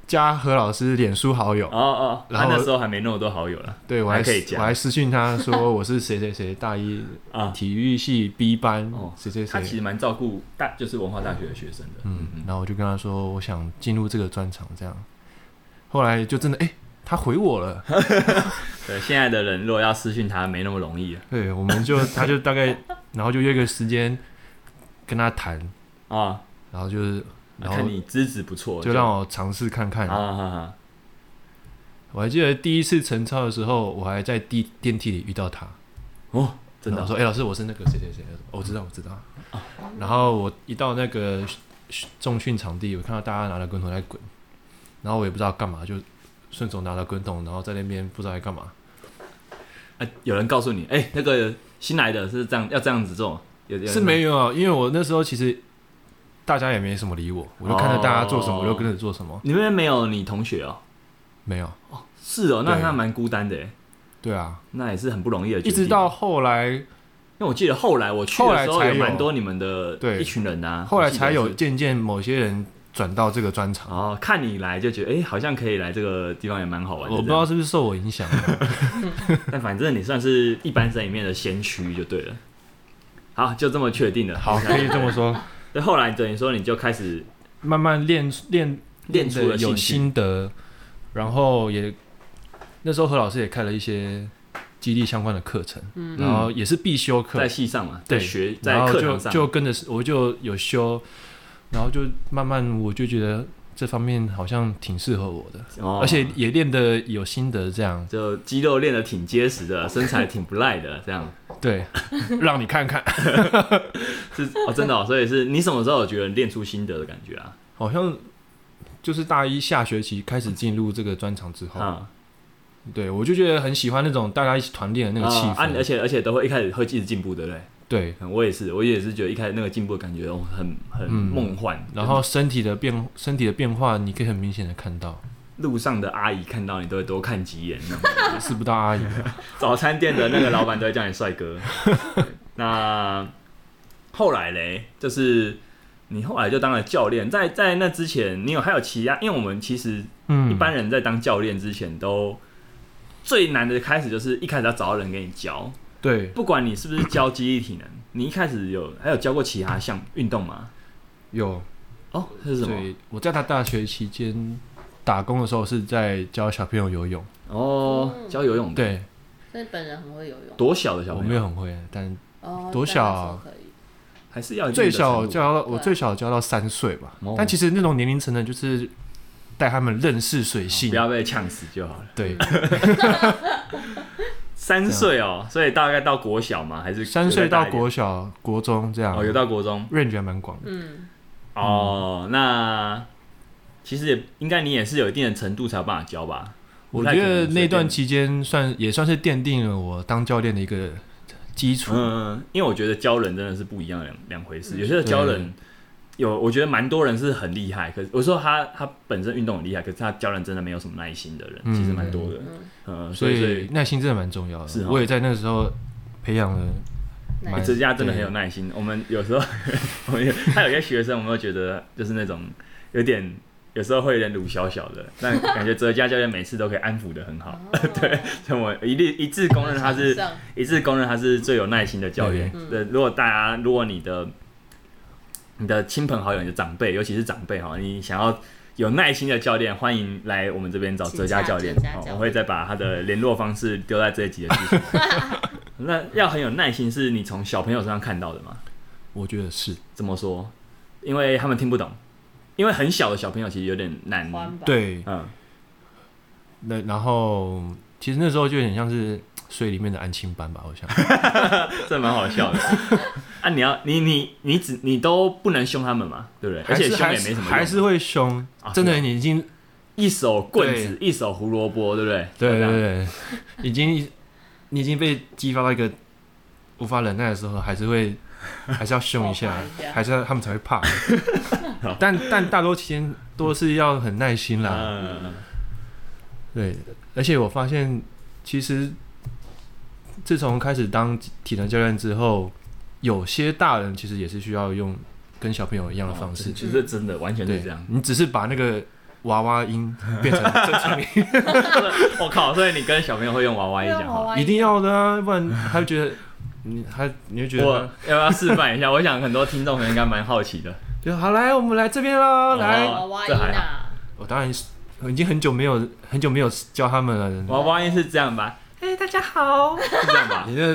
Speaker 3: 加何老师脸书好友
Speaker 1: 哦，哦，他
Speaker 3: 然后
Speaker 1: 那时候还没那么多好友了
Speaker 3: 对我
Speaker 1: 还
Speaker 3: 还
Speaker 1: 可以加
Speaker 3: 我还私讯他说我是谁谁谁大一
Speaker 1: 啊。
Speaker 3: 体育系 B 班
Speaker 1: 哦
Speaker 3: 谁谁
Speaker 1: 他其
Speaker 3: 谁，
Speaker 1: 实蛮照顾大，就是文化大学的学生的。嗯
Speaker 3: 嗯
Speaker 1: 嗯，，
Speaker 3: 然后我就跟他说我想进入这个专场这样，后来就真的哎、他回我了。
Speaker 1: 对，现在的人如果要私讯他，没那么容易了。啊
Speaker 3: 对，我们就他就大概，然后就约个时间跟他谈，
Speaker 1: 啊，
Speaker 3: 然后就是，然
Speaker 1: 看
Speaker 3: 后
Speaker 1: 你资质不错，
Speaker 3: 就让我尝试看
Speaker 1: 啊
Speaker 3: 看。
Speaker 1: 啊啊！
Speaker 3: 我还记得第一次晨操的时候，我还在地电梯里遇到他，
Speaker 1: 哦，真的
Speaker 3: 然后
Speaker 1: 哦
Speaker 3: 我说：“哎、老师，我是那个谁谁谁。”他说哦我知道，我知道。然后我一到那个重训场地，我看到大家拿着滚筒在滚，然后我也不知道干嘛，就顺手拿了滚筒，然后在那边不知道在干嘛。
Speaker 1: 啊，有人告诉你，哎，那个新来的是这样，要这样子做，有有人
Speaker 3: 是没有啊，因为我那时候其实大家也没什么理我，我就看着大家做什么，
Speaker 1: 哦
Speaker 3: 我就跟着做什么，
Speaker 1: 你们没有你同学哦？
Speaker 3: 没有。
Speaker 1: 是哦，那
Speaker 3: 对
Speaker 1: 他蛮孤单的耶，
Speaker 3: 对啊，
Speaker 1: 那也是很不容易的决
Speaker 3: 一
Speaker 1: 定。
Speaker 3: 直到后来，
Speaker 1: 因为我记得后来我去的时
Speaker 3: 后
Speaker 1: 候
Speaker 3: 来才有
Speaker 1: 蛮多你们的
Speaker 3: 对
Speaker 1: 一群人啊，
Speaker 3: 后来
Speaker 1: 我记得
Speaker 3: 才有
Speaker 1: 是。
Speaker 3: 渐渐某些人转到这个专场。
Speaker 1: 哦，看你来就觉得，哎，好像可以来这个地方也蛮好玩的。
Speaker 3: 我不知道是不是受我影响，
Speaker 1: 这样，但反正你算是一般生里面的先驱就对了。好，就这么确定了。
Speaker 3: 好，可以这么说，
Speaker 1: 对，后来等于说你就开始
Speaker 3: 慢慢练练
Speaker 1: 练出
Speaker 3: 的
Speaker 1: 了
Speaker 3: 有
Speaker 1: 兴趣
Speaker 3: 心得，然后也那时候何老师也开了一些激励相关的课程，然后也是必修课
Speaker 1: 在，戏上嘛，在
Speaker 3: 对
Speaker 1: 学在
Speaker 3: 然后
Speaker 1: 课
Speaker 3: 就
Speaker 1: 堂上
Speaker 3: 就跟着我就有修，然后就慢慢我就觉得这方面好像挺适合我的，
Speaker 1: 哦
Speaker 3: 而且也练得有心得，这样
Speaker 1: 就肌肉练得挺结实的，身材挺不赖的，这 样
Speaker 3: 对，让你看看。
Speaker 1: 是哦，真的哦，所以是你什么时候有觉得练出心得的感觉啊？
Speaker 3: 好像就是大一下学期开始进入这个专场之后，
Speaker 1: 啊，
Speaker 3: 对我就觉得很喜欢那种大家一起团练的那个气
Speaker 1: 啊啊
Speaker 3: 氛。
Speaker 1: 而且而且都会一开始会一直进步，对不对？
Speaker 3: 对，
Speaker 1: 嗯我也是，我也是觉得一开始那个进步的感觉哦很很
Speaker 3: 嗯
Speaker 1: 梦幻，
Speaker 3: 然后身体的变身体的变化，你可以很明显的看到，
Speaker 1: 路上的阿姨看到你都会多看几眼那种。
Speaker 3: 是不到阿姨。
Speaker 1: 早餐店的那个老板都会叫你帅哥。那后来嘞，就是你后来就当了教练，在在那之前，你有还有其他？因为我们其实
Speaker 3: 嗯，
Speaker 1: 一般人在当教练之前都。最难的开始就是一开始要找到人给你教，
Speaker 3: 对
Speaker 1: 不管你是不是教肌力体能，你一开始有还有教过其他项运动吗？
Speaker 3: 有
Speaker 1: 哦，是什么？
Speaker 3: 对，我在他大学期间打工的时候是在教小朋友游泳，
Speaker 1: 哦，教游泳的，
Speaker 3: 对
Speaker 2: 所以本人很会游泳
Speaker 1: 多小的小
Speaker 3: 我
Speaker 1: 朋
Speaker 3: 没
Speaker 1: 友，
Speaker 3: 有很会，但
Speaker 2: 哦，
Speaker 3: 多小啊
Speaker 2: 大家都可以
Speaker 1: 还是要有一定
Speaker 3: 最
Speaker 1: 的
Speaker 3: 小
Speaker 1: 程度
Speaker 3: 教到
Speaker 2: 对
Speaker 3: 我最小教到三岁吧
Speaker 1: 哦。
Speaker 3: 但其实那种年龄层的，就是带他们认识水性
Speaker 1: 不。要被呛死 就好了。
Speaker 3: 对，
Speaker 1: 三岁哦，所以大概到国小嘛，还是
Speaker 3: 三岁到
Speaker 1: 有
Speaker 3: 国小、国中这
Speaker 1: 再大一点
Speaker 3: 样，
Speaker 1: 哦，有到国中
Speaker 3: range 还蛮广的。
Speaker 2: 嗯，
Speaker 1: 哦。那其实也应该你也是有一定的程度才有办法教吧？
Speaker 3: 我
Speaker 1: 不太
Speaker 3: 觉
Speaker 1: 可能
Speaker 3: 得
Speaker 1: 随便
Speaker 3: 那段期间算也算是奠定了我当教练的一个基础。
Speaker 1: 嗯，因为我觉得教人真的是不一样的两两回事。有些的教人有，我觉得蛮多人是很厉害，可是我说他他本身运动很厉害，可是他教人真的没有什么耐心的人，
Speaker 3: 嗯
Speaker 1: 其实蛮多的。
Speaker 2: 嗯，
Speaker 1: 嗯，所
Speaker 3: 所
Speaker 1: 以所以
Speaker 3: 以耐心真的蛮重要
Speaker 1: 是
Speaker 3: 的。
Speaker 1: 哦
Speaker 3: 我也在那个时候培养了，
Speaker 2: 那
Speaker 3: 蛮
Speaker 1: 哲家真的很有耐心。我们有时候， 我们有他有些学生，我们会觉得就是那种有点，有时候会有点鲁小小的，但感觉哲家教练每次都可以安抚的很好。
Speaker 2: 对，
Speaker 1: 所以我一律一致公认他是
Speaker 2: 哦上
Speaker 1: 一致公认他是最有耐心的教练。
Speaker 2: 嗯
Speaker 1: 对，如果大家，如果你的你的亲朋好友、你的长辈，尤其是长辈哈，你想要有耐心的教练，欢迎来我们这边找
Speaker 2: 请
Speaker 1: 哲家
Speaker 2: 洽
Speaker 1: 教练
Speaker 2: 哲家
Speaker 1: 哦
Speaker 2: 教练
Speaker 1: 我会再把他的联络方式丢在这一集的 资讯。那要很有耐心，是你从小朋友身上看到的吗？
Speaker 3: 我觉得是
Speaker 1: 怎么说？因为他们听不懂，因为很小的小朋友其实有点难。
Speaker 2: 宽吧，哦
Speaker 3: 对。
Speaker 1: 嗯，
Speaker 3: 那然后其实那时候就有点像是水里面的安亲班吧，我想。
Speaker 1: 这蛮好 笑的。啊，你要你你你只你都不能凶他们嘛，对不对？ 而且凶也
Speaker 3: 还
Speaker 1: 没
Speaker 3: 是
Speaker 1: 什么用
Speaker 3: 还是会凶
Speaker 1: 啊，
Speaker 3: 真
Speaker 1: 是
Speaker 3: 的，
Speaker 1: 啊
Speaker 3: 你已经
Speaker 1: 一手棍子，一手胡萝卜，对不对？
Speaker 3: 对
Speaker 1: 这
Speaker 3: 对
Speaker 1: 样
Speaker 3: 对，已经你已经被激发到一个无法忍耐的时候，还是会还是要 凶一下
Speaker 2: 爆发一，下
Speaker 3: 还是要他们才会 怕。但但大多期间都是要很耐心啦，
Speaker 1: 嗯，
Speaker 3: 对，而且我发现其实自从开始当体能教练之后，有些大人其实也是需要用跟小朋友一样的方式，
Speaker 1: 其实真的完全
Speaker 3: 对
Speaker 1: 哦是这样。
Speaker 3: 你只是把那个娃娃音变成正常音。
Speaker 1: 我靠，所以你跟小朋友会用娃娃音讲话。
Speaker 3: 一定要的啊，不然他会觉得你他你会觉
Speaker 1: 我
Speaker 3: 得
Speaker 1: 要不要示范一下？我想很多听众可能应该蛮好奇的。
Speaker 3: 就好来，我们来这边啦，
Speaker 1: 哦
Speaker 3: 来。
Speaker 2: 娃娃
Speaker 1: 这
Speaker 2: 音
Speaker 1: 还
Speaker 2: 啊，
Speaker 3: 我当然是已经很久没有很久没有教他们了，
Speaker 1: 娃娃音是这样吧？哎，大家好，是这样吧？
Speaker 3: 你这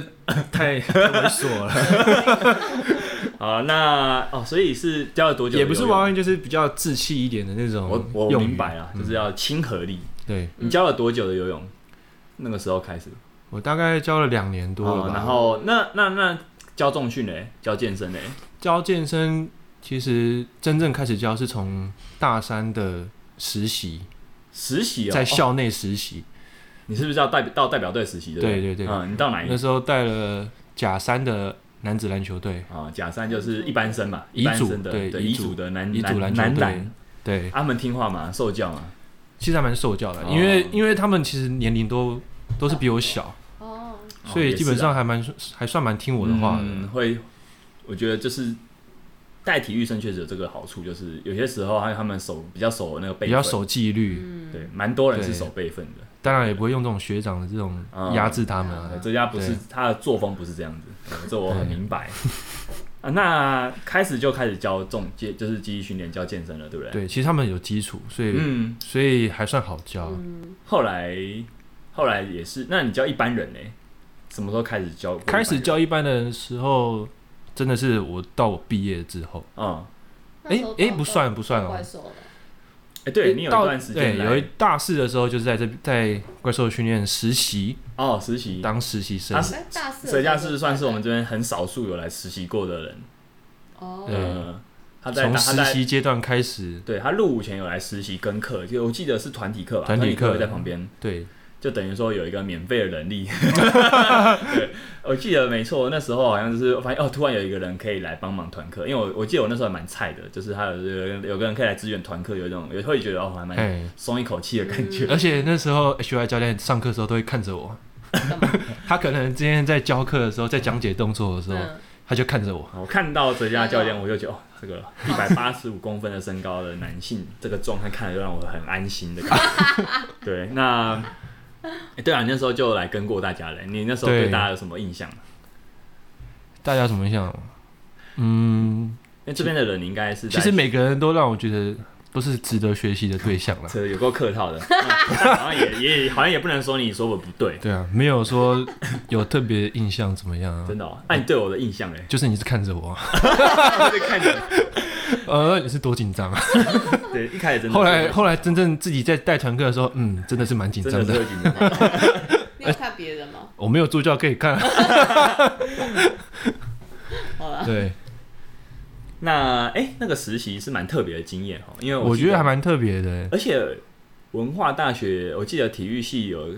Speaker 3: 太太猥琐了，
Speaker 1: 好，那哦，所以是教了多久？
Speaker 3: 也不是娃，娃，就是比较稚气一点的那种
Speaker 1: 我我
Speaker 3: 用语
Speaker 1: 明白了，就是要亲和力。
Speaker 3: 对
Speaker 1: 你教了多久的游泳？那个时候开始
Speaker 3: 我大概教了两年多了
Speaker 1: 哦
Speaker 3: 吧，
Speaker 1: 然后那那那教重训嘞，教健身嘞，
Speaker 3: 教健身，其实真正开始教是从大三的实习，
Speaker 1: 实习哦，
Speaker 3: 在
Speaker 1: 哦
Speaker 3: 校内实习，
Speaker 1: 你是不是要代到代表队实习的？
Speaker 3: 对对对
Speaker 1: 嗯，你到哪一
Speaker 3: 那时候带了甲三的男子篮球队，
Speaker 1: 啊？甲三就是一般生嘛，
Speaker 3: 乙组
Speaker 1: 一般生的
Speaker 3: 对
Speaker 1: 对
Speaker 3: 乙
Speaker 1: 乙
Speaker 3: 组
Speaker 1: 组的男
Speaker 3: 乙组篮
Speaker 1: 男
Speaker 3: 球
Speaker 1: 男
Speaker 3: 队
Speaker 1: 篮，，
Speaker 3: 对，
Speaker 1: 他们听话嘛，受教嘛，
Speaker 3: 其实还蛮受教的，
Speaker 1: 哦
Speaker 3: 因为因为他们其实年龄都都是比我小，
Speaker 2: 哦，
Speaker 1: 哦
Speaker 3: 所以基本
Speaker 1: 也是啊
Speaker 3: 上还蛮还算蛮听我的话
Speaker 1: 嗯
Speaker 3: 的。
Speaker 1: 会，我觉得就是带体育生确实有这个好处，就是有些时候还有他们守比较守那个
Speaker 3: 比
Speaker 1: 辈
Speaker 3: 较
Speaker 1: 分，
Speaker 3: 守纪律，
Speaker 2: 嗯，
Speaker 1: 对，蛮多人是
Speaker 3: 对
Speaker 1: 守辈分的。
Speaker 3: 当然也不会用这种学长的这种
Speaker 1: 嗯
Speaker 3: 压制他们啊
Speaker 1: 呃。这家不是
Speaker 3: 对
Speaker 1: 他的作风不是这样子，呃这我很
Speaker 3: 对
Speaker 1: 明白。啊，那开始就开始教重健，就是记忆训练，教健身了，对不对？
Speaker 3: 对，其实他们有基础，所以
Speaker 1: 嗯，
Speaker 3: 所以还算好教。
Speaker 2: 嗯，
Speaker 1: 后来后来也是，那你教一般人呢？什么时候开始教？
Speaker 3: 开始，教一般的时候，真的是我到我毕业之后，
Speaker 1: 嗯，
Speaker 2: 那
Speaker 3: 哎
Speaker 2: 时候
Speaker 3: 哎，
Speaker 2: 都
Speaker 3: 不算不算
Speaker 2: 都怪
Speaker 3: 哦。
Speaker 2: 兽了，
Speaker 1: 哎，对
Speaker 3: 诶
Speaker 1: 你有一
Speaker 3: 到
Speaker 1: 段时间
Speaker 3: 对，
Speaker 1: 来
Speaker 3: 有一大四的时候，就是在这在怪兽训练实习，
Speaker 1: 哦实习，
Speaker 3: 当实习生
Speaker 1: 啊。
Speaker 2: 但哎大四的时候
Speaker 1: 所以家
Speaker 2: 就是
Speaker 1: 算是我们这边很少数有来实习过的人。
Speaker 2: 哦，
Speaker 3: 对
Speaker 1: 嗯，他在
Speaker 3: 从
Speaker 1: 他
Speaker 3: 实
Speaker 1: 在
Speaker 3: 习阶段开始，
Speaker 1: 对他入伍前有来实习跟课，就我记得是团体课吧，
Speaker 3: 团体
Speaker 1: 体
Speaker 3: 课
Speaker 1: 会在旁边。
Speaker 3: 对，
Speaker 1: 就等于说有一个免费的能 力。对，我记得没错，那时候好像就是发现哦，突然有一个人可以来帮忙团课，因为我我记得我那时候还蛮菜的，就是他有有有个人可以来支援团课，有一种也会觉得哦，还蛮
Speaker 3: 哎，
Speaker 1: 松一口气的感觉。
Speaker 3: 而且那时候 HY 教练上课的时候都会看着我，
Speaker 2: 干嘛？
Speaker 3: 他可能今天在教课的时候，在讲解动作的时候，
Speaker 2: 嗯，
Speaker 3: 他就看着我。
Speaker 1: 我看到哲家教练，我就觉得哦，这个一百八十五公分的身高的男性，这个状态看着就让我很安心的感 觉。对，那、哎对啊，你那时候就来跟过大家了，你那时候对
Speaker 3: 对
Speaker 1: 大家有什么印象？
Speaker 3: 大家有什么印象？嗯，
Speaker 1: 因为这边的人你应该是在
Speaker 3: 其实每个人都让我觉得都是值得学习的对象了。
Speaker 1: 这有够客 套的，嗯但好像也也好像也不能说你说我不对，
Speaker 3: 对啊，没有说有特别印象怎么样啊？
Speaker 1: 真，的哦。那、你对我的印象 嘞
Speaker 3: 就是你是看着我 啊，
Speaker 1: 哦就是看着，
Speaker 3: 呃，你是多紧张啊？
Speaker 1: 对，一开始真的是，
Speaker 3: 后来后来真正自己在带团课的时候，嗯，真的是蛮紧
Speaker 1: 真
Speaker 3: 张
Speaker 1: 的是会
Speaker 3: 的。
Speaker 1: 紧张。
Speaker 2: 你有看别人吗？
Speaker 3: 我没有助教可以看，啊
Speaker 2: 好了，
Speaker 3: 对，
Speaker 1: 那哎、那个实习是蛮特别的经验哦，因为
Speaker 3: 我
Speaker 1: 记
Speaker 3: 觉得还，蛮特别的。
Speaker 1: 而且文化大学我记得体育系有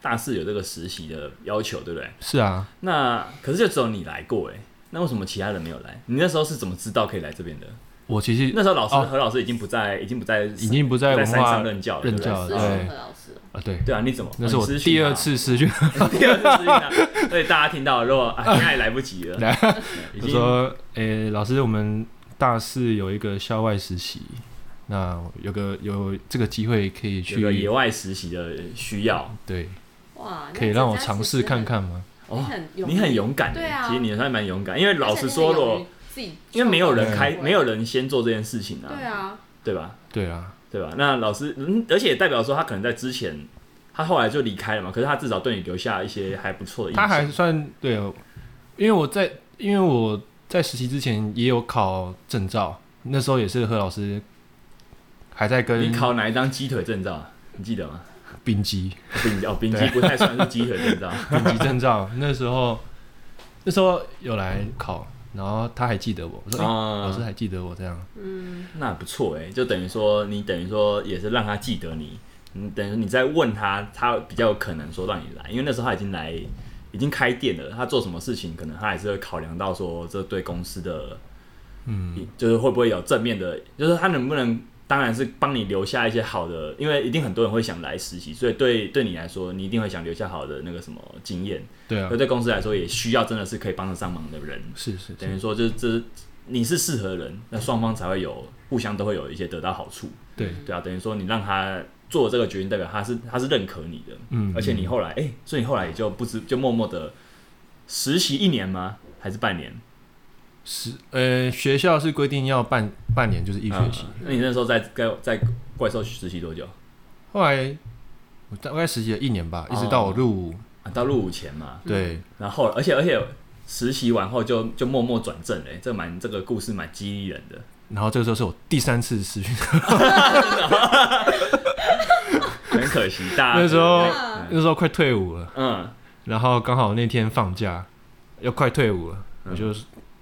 Speaker 1: 大四有这个实习的要求，对不对？
Speaker 3: 是啊，
Speaker 1: 那可是就只有你来过哎，那为什么其他人没有来？你那时候是怎么知道可以来这边的？
Speaker 3: 我其实
Speaker 1: 那时候老师、
Speaker 3: 哦
Speaker 1: 何老师已经不在，已经不在，已
Speaker 3: 已经不在
Speaker 1: 在
Speaker 3: 文
Speaker 1: 山
Speaker 3: 化
Speaker 1: 上任教了，
Speaker 3: 任
Speaker 1: 对不对
Speaker 3: 教了
Speaker 2: 是
Speaker 3: 对
Speaker 2: 何老师，
Speaker 3: 啊，对，
Speaker 1: 对啊，你怎么？
Speaker 3: 那是我
Speaker 1: 哦你私讯
Speaker 3: 第
Speaker 1: 他
Speaker 3: 二次失 去。
Speaker 1: 第二次失去他，所以大家听到，如果啊，现在也来不及了，
Speaker 3: 来
Speaker 1: 对已
Speaker 3: 他
Speaker 1: 经
Speaker 3: 说：“ 诶、老师，我们大四有一个校外实习，那有个有这个机会可以
Speaker 1: 有个野
Speaker 3: 去，
Speaker 1: 外实习的需要
Speaker 3: 对，
Speaker 2: 哇，那
Speaker 3: 可以让我
Speaker 2: 这家
Speaker 3: 尝
Speaker 2: 其
Speaker 3: 试
Speaker 2: 实
Speaker 3: 看看吗？
Speaker 2: 很。你
Speaker 1: 哦。
Speaker 2: 很勇，
Speaker 1: 你很，勇敢耶，
Speaker 2: 对啊
Speaker 1: 其实你算蛮勇敢，因为老实
Speaker 2: 而
Speaker 1: 说，
Speaker 2: 且你很勇
Speaker 1: 咯，
Speaker 2: 于自己，
Speaker 1: 因为没有人
Speaker 3: 对
Speaker 1: 开，没有，人先做这件事情
Speaker 2: 对
Speaker 1: 啊，
Speaker 2: 啊，
Speaker 1: 对吧？
Speaker 3: 对啊，
Speaker 1: 对吧？那老师，嗯，而且也代表说他可能在之前，他后来就离开了嘛，可是他至少对你留下一些还不错的印象。
Speaker 3: 他还算对哦，因为我在，因为我在实习之前也有考证照，那时候也是何老师还在
Speaker 1: 你
Speaker 3: 跟
Speaker 1: 考哪一张鸡腿证照啊？你记得 吗？
Speaker 3: 丙级
Speaker 1: 丙哦，丙级不太算是鸡腿证照。
Speaker 3: 丙级 证照，那时候那时候有来考，然后他还记得我，我说、诶
Speaker 1: 啊
Speaker 3: 老师还记得我这样。”
Speaker 2: 嗯，
Speaker 1: 那不错哎，就等于说你等于说也是让他记得你，你等于说你在问他，他比较有可能说让你来，因为那时候他已经来，已经开店了，他做什么事情可能他还是会考量到说这对公司的，嗯，就是会不会有正面的，就是他能不能。当然是帮你留下一些好的，因为一定很多人会想来实习，所以对对你来说，你一定会想留下好的那个什么经验。
Speaker 3: 对啊
Speaker 1: 而，对公司来说，也需要真的是可以帮得上忙的人。
Speaker 3: 是是
Speaker 1: 等
Speaker 3: 是，
Speaker 1: 于说就是这你是适合的人，那双方才会有互相都会有一些得到好处，
Speaker 3: 对，
Speaker 1: 对啊，等于说你让他做这个决定，代表他是他是认可你的，
Speaker 3: 嗯
Speaker 1: 而且你后来哎、诶所以你后来也就不知就默默的实习一年吗？还是半年？
Speaker 3: 是呃，学校是规定要半半年，就是一学期。
Speaker 1: 嗯那你那时候在在在怪兽实习多久？
Speaker 3: 后来我大概实习了一年吧，
Speaker 1: 哦
Speaker 3: 一直到我入伍。
Speaker 1: 啊，到入伍前嘛，
Speaker 3: 对，
Speaker 1: 然后而且而且实习完后就就默默转正嘞、这蛮这个故事蛮激励人的。
Speaker 3: 然后这个时候是我第三次实习，
Speaker 1: 很可惜，大家
Speaker 3: 那时候
Speaker 1: 嗯
Speaker 3: 那时候快退伍了，
Speaker 1: 嗯，
Speaker 3: 然后刚好那天放假，要快退伍了，
Speaker 1: 嗯
Speaker 3: 我就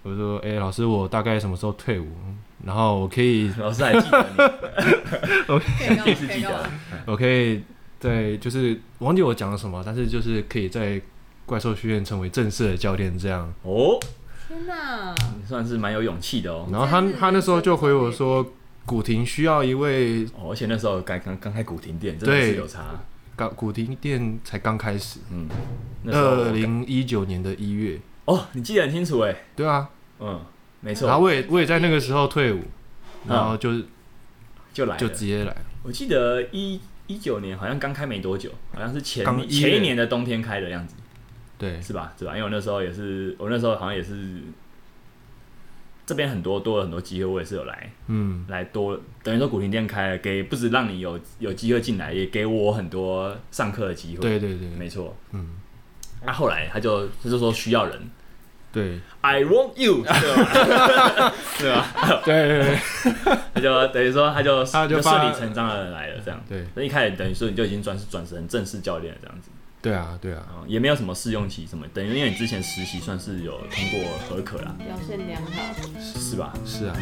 Speaker 3: 我就说，哎、老师，我大概什么时候退伍？然后我可 以，
Speaker 1: 老师还记得你，
Speaker 2: 可以 跟我
Speaker 1: 你是
Speaker 2: 可
Speaker 1: 记
Speaker 2: 以跟
Speaker 1: 得
Speaker 2: 我
Speaker 1: 的。
Speaker 3: 我可以在就是我忘记我讲了什么，但是就是可以在怪兽学院成为正式的教练这样。
Speaker 1: 哦，
Speaker 2: 天哪，
Speaker 1: 你算是蛮有勇气的哦。
Speaker 3: 然后他他那时候就回我说，古亭需要一位
Speaker 1: 哦，而且那时候刚刚刚开古亭店，真的
Speaker 3: 对
Speaker 1: 是有差。
Speaker 3: 刚古亭店才刚开始，
Speaker 1: 嗯，那时候
Speaker 3: 二零一九年的一月，
Speaker 1: 哦，你记得很清楚哎。
Speaker 3: 对啊，
Speaker 1: 嗯，没
Speaker 3: 然后
Speaker 1: 错，
Speaker 3: 我也我也在那个时候退伍，
Speaker 1: 嗯
Speaker 3: 然后就是
Speaker 1: 就来
Speaker 3: 就
Speaker 1: 了。
Speaker 3: 直接来，
Speaker 1: 我记得一一九年好像刚开没多久，好像是前
Speaker 3: 刚一月
Speaker 1: 前一年的冬天开的样子，
Speaker 3: 对，
Speaker 1: 是吧？是吧？因为我那时候也是，我那时候好像也是。这边很多多了很多机会，我也是有来
Speaker 3: 嗯，
Speaker 1: 来多，等于说古亭店开了，给不止让你有有机会进来，也给我很多上课的机会。
Speaker 3: 对对对
Speaker 1: 没错，
Speaker 3: 嗯，
Speaker 1: 那、后来他就他就说需要人
Speaker 3: 对
Speaker 1: ，I want you，对吧？对吧？
Speaker 3: 对对对
Speaker 1: 他就等于说他就
Speaker 3: 他就发
Speaker 1: 顺理成章的来了，这样。
Speaker 3: 对
Speaker 1: 那一开始等于说你就已经转转成正式教练了这样子，
Speaker 3: 对啊对啊，
Speaker 1: 然后也没有什么试用期什么，等于因为你之前实习算是有通过合可啦，
Speaker 2: 表现良好。
Speaker 1: 是吧？
Speaker 3: 是啊。